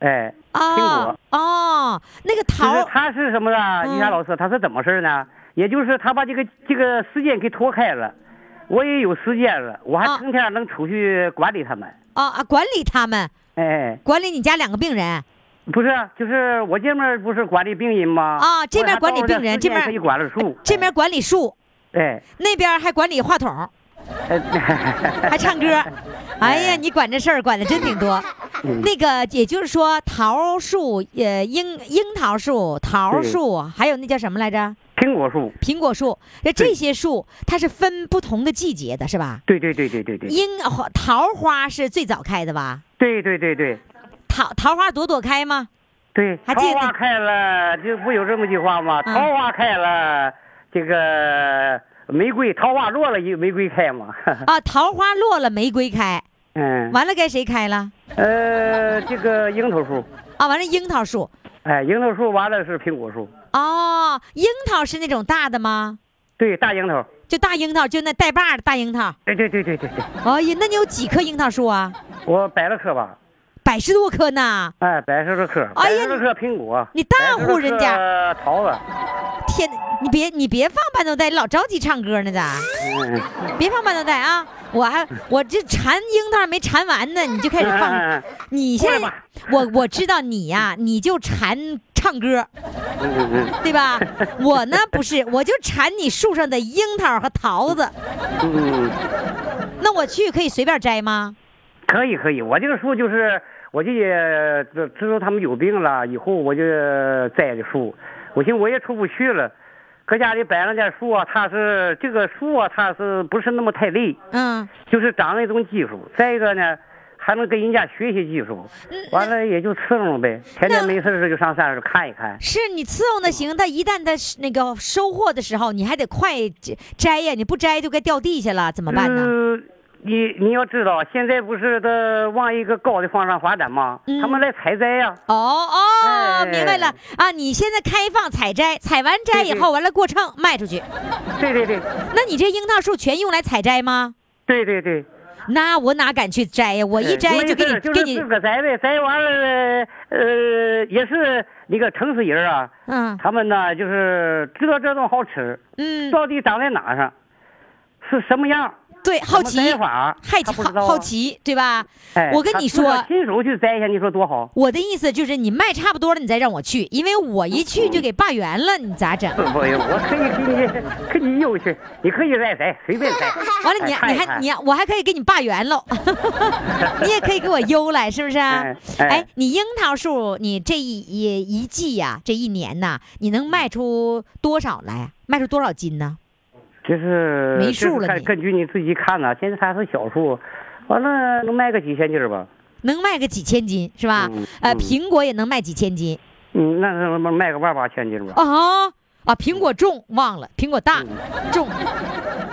S12: 哎，苹果
S2: 哦。哦，那个
S12: 其实
S2: 桃，
S12: 他是什么呢？
S2: 嗯
S12: 一霞老师，他是怎么事儿呢？也就是他把这个这个时间给拖开了，我也有时间了，我还成天能出去管理他们。
S2: 啊啊，管理他们，
S12: 哎，
S2: 管理你家两个病人，
S12: 不是，啊就是我这边不是管理病人吗？
S2: 啊这边管理病人
S12: 我还到了
S2: 这边
S12: 时间可以管了树。
S2: 这边管理树，
S12: 哎，
S2: 那边还管理话筒，
S12: 哎
S2: 还唱歌。哎呀，你管这事儿管的真挺多。
S12: 嗯
S2: 那个，也就是说，桃树、呃，樱樱桃树、桃树，还有那叫什么来着？
S12: 苹果树。
S2: 苹果树，这这些树它是分不同的季节的，是吧？
S12: 对对对对对对。
S2: 樱花、桃花是最早开的吧？
S12: 对对对对
S2: 桃桃花朵朵开吗？
S12: 对，
S2: 还
S12: 桃
S2: 记得
S12: 花开了，这不有这么句话吗？
S2: 嗯
S12: 桃花开了，这个玫瑰桃花落了，也玫瑰开嘛。
S2: 啊，桃花落了，玫瑰开，
S12: 嗯。
S2: 完了该谁开了？
S12: 呃，这个樱桃树，
S2: 啊，完了樱桃树。
S12: 哎，樱桃树完了是苹果树，
S2: 哦，樱桃是那种大的吗？
S12: 对，大樱桃，
S2: 就大樱桃，就那带把儿的大樱桃。
S12: 对对对对对对，
S2: 哎呀，那你有几棵樱桃树啊？
S12: 我百了棵吧，
S2: 百十多棵呢！
S12: 哎，百十多棵，
S2: 哎
S12: 百
S2: 呀
S12: 十多棵苹果，
S2: 你大户人家
S12: 百十多棵桃子，
S2: 天哪，你别你别放伴奏带，老着急唱歌呢咋？
S12: 嗯，
S2: 别放伴奏带啊！我还我这缠樱桃没缠完呢，你就开始放
S12: 嗯。
S2: 你现在我我知道你呀、你就缠唱歌，
S12: 嗯嗯
S2: 对吧？我呢不是，我就缠你树上的樱桃和桃子。
S12: 嗯，
S2: 那我去可以随便摘吗？
S12: 可以可以，我这个树就是，我就也知知道他们有病了，以后我就栽的树，我寻思我也出不去了，搁家里摆了点树啊，它是这个树啊，它是不是那么太累？
S2: 嗯，
S12: 就是长一种技术，再一个呢，还能跟人家学习技术，
S2: 嗯
S12: 完了也就伺候呗，天天没事儿就上山上看一看。
S2: 是你伺候那行，但一旦它是那个收获的时候，你还得快摘摘呀，你不摘就该掉地下了，怎么办呢？
S12: 呃你你要知道，现在不是都往一个高的方向发展吗？
S2: 嗯
S12: 他们来采摘呀、
S2: 哦哦，
S12: 哎
S2: 明白了啊！你现在开放采摘，采完摘以后，完了过秤卖出去。
S12: 对对对。
S2: 那你这樱桃树全用来采摘吗？
S12: 对对对。
S2: 那我哪敢去摘呀？我一摘
S12: 就
S2: 就给你
S12: 就
S2: 给
S12: 是
S2: 你
S12: 自个摘呗，摘完了，呃，也是那个城市人啊，
S2: 嗯，
S12: 他们呢就是知道这东西好吃，
S2: 嗯，
S12: 到底长在哪上，是什么样，
S2: 对，好奇
S12: 什么摘法，
S2: 害
S12: 他不知道
S2: 好
S12: 啊
S2: 好奇对吧？
S12: 哎
S2: 我跟
S12: 他
S2: 你
S12: 自个儿
S2: 说，
S12: 亲手去摘一下，你说 多好？
S2: 我的意思就是你卖差不多了，你再让我去，因为我一去
S12: 嗯
S2: 就给罢园了，你咋整？
S12: 不不，哎我可以给你，给你邮去，你可以再摘，随便摘。
S2: 完了你，
S12: 哎
S2: 你还你还我还可以给你罢园喽， 你也可以给我邮来，是不是、啊？
S12: 哎
S2: 哎，你樱桃树，你这一一一季呀、这一年呐、你能
S12: 嗯
S2: 卖出多少来？卖出多少斤呢？
S12: 就是
S2: 没数了你
S12: 就是看根据你自己看呐、现在它是小数，完了能卖个几千斤儿吧？
S2: 能卖个几千斤是吧？
S12: 嗯
S2: 呃，
S12: 嗯
S2: 苹果也能卖几千斤
S12: 嗯，那什么卖个万八千斤儿吧？
S2: 啊啊！苹
S12: 嗯
S2: 果重忘了，苹果大重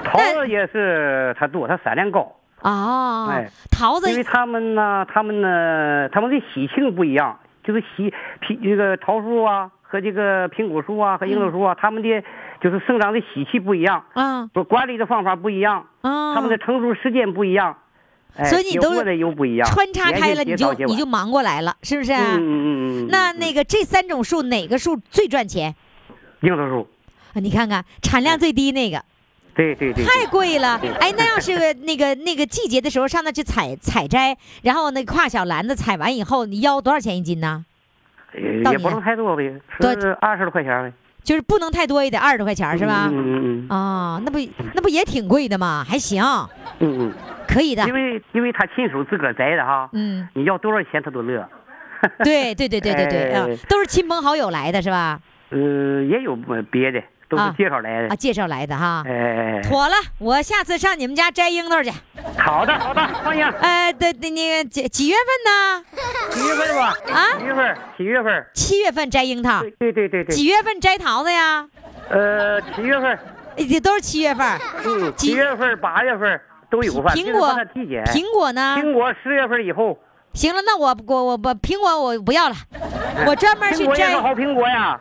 S12: 桃子也是它多，它产量高。
S2: 啊、
S12: 哎
S2: 桃子
S12: 因为他们呢，他们呢，他们的喜庆不一样，就是喜苹这个桃树啊和这个苹果树啊和樱桃树啊，他们的就是生长的喜气不一样，
S2: 啊，
S12: 不管理的方法不一样，
S2: 啊
S12: 他们的成熟时间不一样，哎
S2: 所以你
S12: 结
S2: 都
S12: 婚的又不一样
S2: 穿插
S12: 年
S2: 开
S12: 轻
S2: 了，你
S12: 节早
S2: 就
S12: 节
S2: 你
S12: 晚
S2: 就忙过来了，是不是啊？
S12: 嗯嗯嗯嗯
S2: 那那个这三种树哪个树最赚钱？
S12: 樱桃树，
S2: 啊你看看产量最低那个。
S12: 对嗯对对，
S2: 太贵了
S12: 对！
S2: 哎，那要是个那个那个季节的时候上那去采采摘，然后那挎小篮子采完以后，你腰多少钱一斤呢？
S12: 呃
S2: 到
S12: 也
S2: 你
S12: 不
S2: 了
S12: 能太多呗，是二十多块钱呗。
S2: 就是不能太多，也得二十多块钱儿是吧？
S12: 嗯嗯
S2: 啊，那不那不也挺贵的吗？还行，
S12: 嗯嗯，
S2: 可以的
S12: 因。为因为他亲手自个儿摘的哈，
S2: 嗯，
S12: 你要多少钱他都乐。
S2: 对对对对对对啊
S12: 哎，
S2: 都是亲朋好友来的是吧？
S12: 呃，也有呃别的，都是
S2: 啊
S12: 介绍来的
S2: 啊，。介绍来的哈。
S12: 哎，
S2: 妥了，我下次上你们家摘樱桃去。
S12: 好的好的，欢迎。
S2: 哎，对对，那个几几月份呢？
S12: 几月份吧？
S2: 啊，
S12: 几月份？几月份？
S2: 七月份摘樱桃。
S12: 对对对对。
S2: 几月份摘桃子呀？
S12: 呃，七月份。
S2: 也都是七月份。
S12: 嗯，
S2: 几
S12: 七月份、八月份都有，反正
S2: 苹果
S12: 就是看它季节。
S2: 苹果啊呢？
S12: 苹果十月份以后。
S2: 行了，那我我我我苹果我不要 了，我专门去
S12: 苹果也
S2: 摘
S12: 是好苹果呀，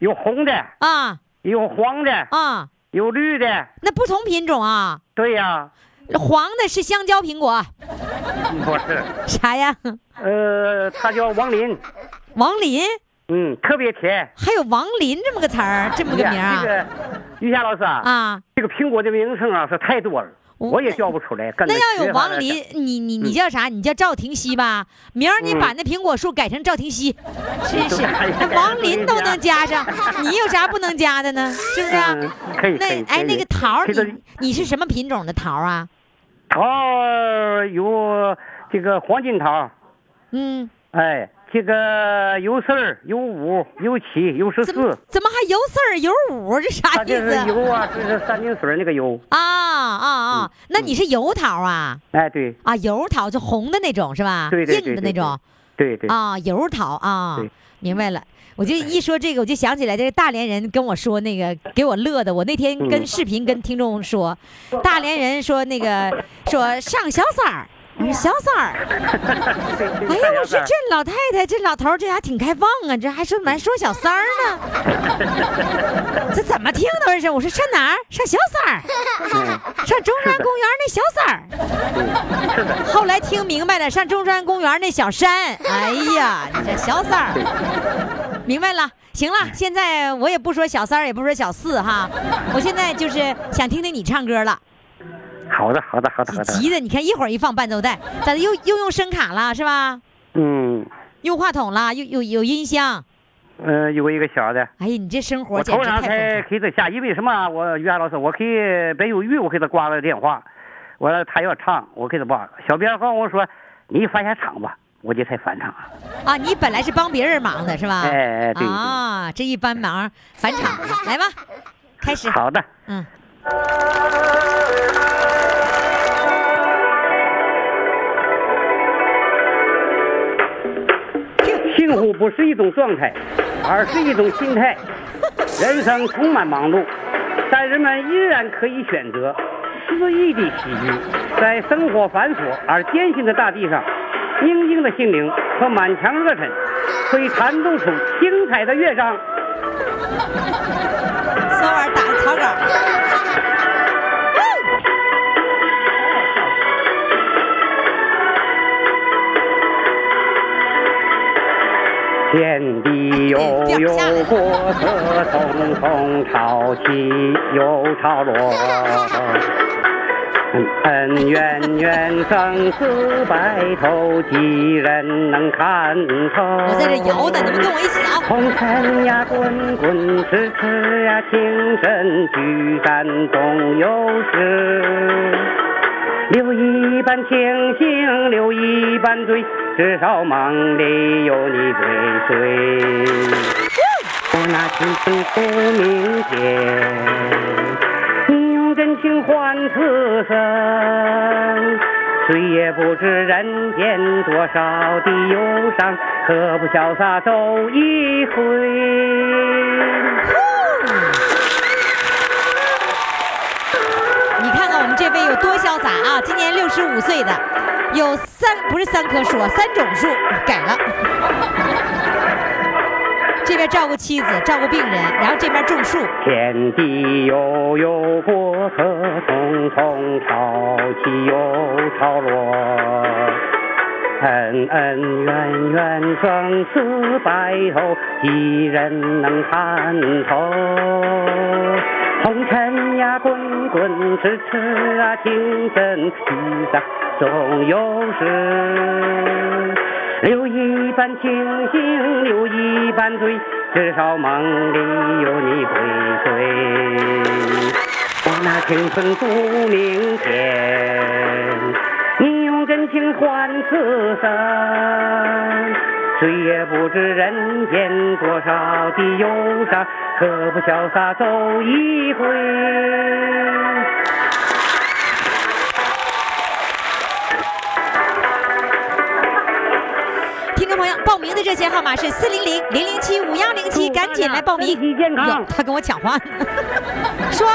S12: 有红的
S2: 啊，
S12: 有黄的
S2: 啊，
S12: 有绿的。
S2: 那不同品种啊。
S12: 对呀、
S2: 黄的是香蕉苹果，
S12: 不是，
S2: 啥呀？
S12: 呃，它叫王林，
S2: 王林，
S12: 嗯，特别甜。
S2: 还有王林这么个词儿，这么个名儿
S12: 哎这
S2: 啊？
S12: 个于霞老师啊，
S2: 啊，
S12: 这个苹果的名称啊是太多了，我也叫不出来。跟
S2: 那要有
S12: 缺乏
S2: 王
S12: 的嗯
S2: 林，你你你叫啥？你叫赵婷熙吧？明儿你把那苹果树改成赵婷熙，真 是
S12: 哎呀
S2: 那王林都能加 上，你有啥不能加的呢？是不是啊
S12: 嗯？可 以可
S2: 那
S12: 以
S2: 哎，
S12: 可以
S2: 那个桃儿，
S12: 这个
S2: 你你是什么品种的桃儿啊？
S12: 桃儿有这个黄金桃儿，
S2: 嗯，
S12: 哎，这个有四儿、有五、有七、有十四，
S2: 怎么还有四儿有五？这啥
S12: 它
S2: 意
S12: 这是
S2: 思？
S12: 油嗯啊，这是三点水儿那个油。
S2: 啊啊啊！那你是油桃啊？
S12: 哎，对
S2: 啊，油桃就红的那种是吧？
S12: 对对对
S2: 硬的那种。
S12: 对对，
S2: 啊，油桃啊，明白了。我就一说这个，我就想起来这个大连人跟我说那个，给我乐的。我那天跟
S8: 嗯
S2: 视频跟听众说，大连人说那个说上小三儿，我说小三儿，哎
S12: 哎
S2: 呀，我说这老太太这老头儿这还挺开放啊，这还说蛮说小三儿 呢，这怎么听都是。我说上哪儿？上小三儿， 上中山公园那小三儿。后来听明白了，上中山公园那小山，哎呀，你这小三 儿，明白了。行了，现在我也不说小三儿，也不说小四哈，我现在就是想听听你唱歌了。
S12: 好的好的好的好的，
S2: 急的，你看一会儿一放伴奏带，咱又又用声卡了是吧？
S12: 嗯，
S2: 用话筒了，又有有音箱。
S12: 呃，有一个小的。
S2: 哎呀，你这生活
S12: 我
S2: 简
S12: 头
S2: 直
S12: 上
S2: 太丰
S12: 才给他下，因为什么啊？我于安老师，我给白有玉，我给他挂了电话，我说他要唱，我给他挂了。小编跟我说，你翻下场吧，我这才翻唱啊。
S2: 富啊！你本来是帮别人忙的是吧？
S12: 哎哎对对
S2: 啊，这一帮忙返场了，来吧，开始。
S12: 好的，
S2: 嗯。
S12: 幸福不是一种状态，而是一种心态。人生充满忙碌，但人们依然可以选择肆意的喜剧。在生活繁琐而艰辛的大地上，宁静的心灵和满腔热忱，可以弹奏出精彩的乐章。
S2: 昨晚打的草稿。
S12: 天地悠悠，过客匆匆，潮起又潮落。恩恩怨怨，生死白头，几人能看透？我在这摇呢，你们跟我一起摇。红尘呀，滚滚，痴痴呀，情深聚散总有时。留一半清醒，留一半醉，至少梦里有你追随。我那清醒不明天，你用真情换此生。谁也不知人间多少的忧伤，何不潇洒走一回？
S2: 你看看我们这位有多潇洒啊！今年六十五岁的，有三不是三棵树，啊，三种树改了。这边照顾妻子，照顾病人，然后这边种树。
S12: 天地悠悠，波涛匆匆，潮起又潮落。恩恩怨怨，生死白头，几人能参透？红尘呀，滚滚痴痴啊，情深聚散总有时。留一半清醒，留一半醉，至少梦里有你归睡。我那青春不明天，你用真情换此生。谁也不知人间多少的忧伤，何不潇洒走一回？
S2: 听众朋友，报名的热线号码是四零零零零七五幺零七，赶紧来报名。身体
S12: 健
S2: 康。他跟我抢话呢， 说。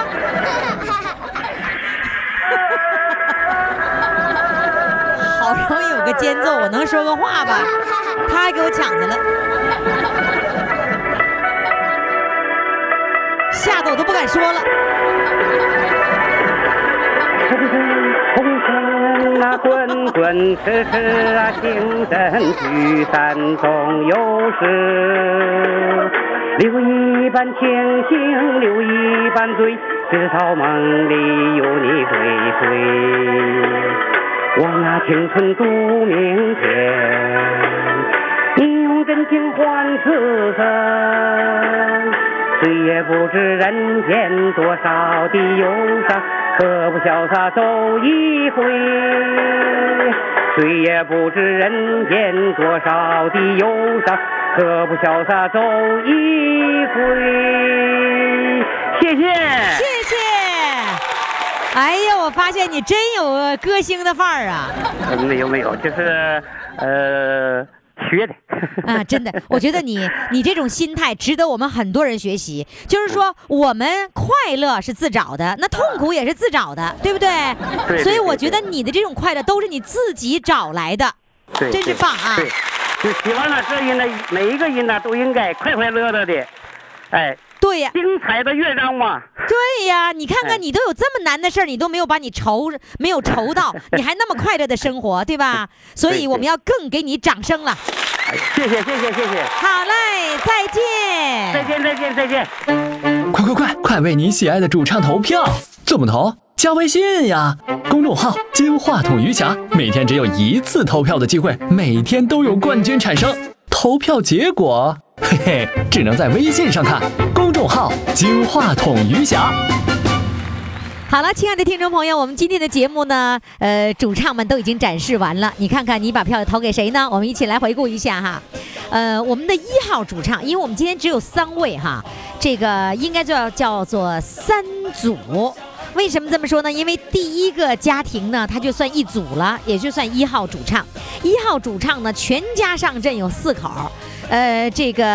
S2: 好容易有个间奏，我能说个话吧？他还给我抢去了，吓得我都不敢说了。
S12: 红尘啊，滚滚痴痴啊，情深聚散总有时。留一半清醒，留一半醉，直到梦里有你归睡。我那青春赌明天，你用真情换此生。谁也不知人间多少的忧伤，何不潇洒走一回？谁也不知人间多少的忧伤，何不潇洒走一回？谢谢，
S2: 谢谢。哎呀，我发现你真有呃歌星的范儿啊！
S4: 呃没有没有，就是呃学的。
S2: 啊，真的，我觉得你你这种心态值得我们很多人学习。就是说，
S4: 嗯
S2: 我们快乐是自找的，那痛苦也是自找的，对不对？
S4: 对对
S2: 所以我觉得你的这种快乐都是你自己找来的，
S4: 对，
S2: 真是
S4: 对
S2: 棒啊！
S4: 对，就希望呢，这人呢，每一个人呢，都应该快快乐乐的，哎，
S2: 对呀，
S4: 精彩的乐章嘛。
S2: 对呀，你看
S4: 哎
S2: 看，你都有这么难的事儿，你都没有把你愁没有愁 到，你还那么快乐的生活，对吧？所以我们要更给你掌声了。
S4: 谢谢谢谢谢谢，
S2: 好嘞，再见。
S4: 再见再见再见。
S6: 快快快，快为你喜爱的主唱投票！怎么投？加微信呀，公众号“金话筒余霞”，每天只有一次投票的机会，每天都有冠军产生。投票结果，嘿嘿，只能在微信上看。公众号“金话筒余霞”。
S2: 好了，亲爱的听众朋友，我们今天的节目呢，呃，主唱们都已经展示完了，你看看你把票投给谁呢？我们一起来回顾一下哈。呃，我们的一号主唱，因为我们今天只有三位哈，这个应该就要叫做三组。为什么这么说呢？因为第一个家庭呢，它就算一组了，也就算一号主唱。一号主唱呢，全家上阵有四口儿，呃，这个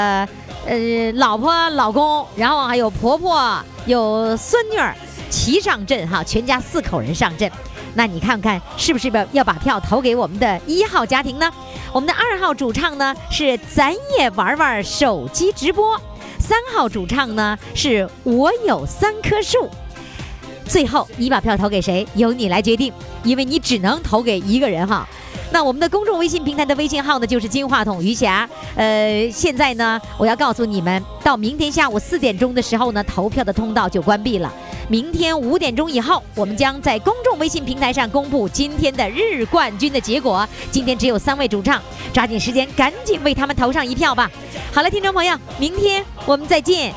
S2: 呃，老婆、老公，然后还有婆婆、有孙女儿齐上阵哈，全家四口人上阵。那你看看是不是要要把票投给我们的一号家庭呢？我们的二号主唱呢是咱也玩玩手机直播，三号主唱呢是我有三棵树。最后你把票投给谁，由你来决定，因为你只能投给一个人哈。那我们的公众微信平台的微信号呢，就是金话筒余霞。呃，现在呢，我要告诉你们，到明天下午四点钟的时候呢，投票的通道就关闭了。明天五点钟以后，我们将在公众微信平台上公布今天的日冠军的结果。今天只有三位主唱，抓紧时间，赶紧为他们投上一票吧。好了，听众朋友，明天我们再见。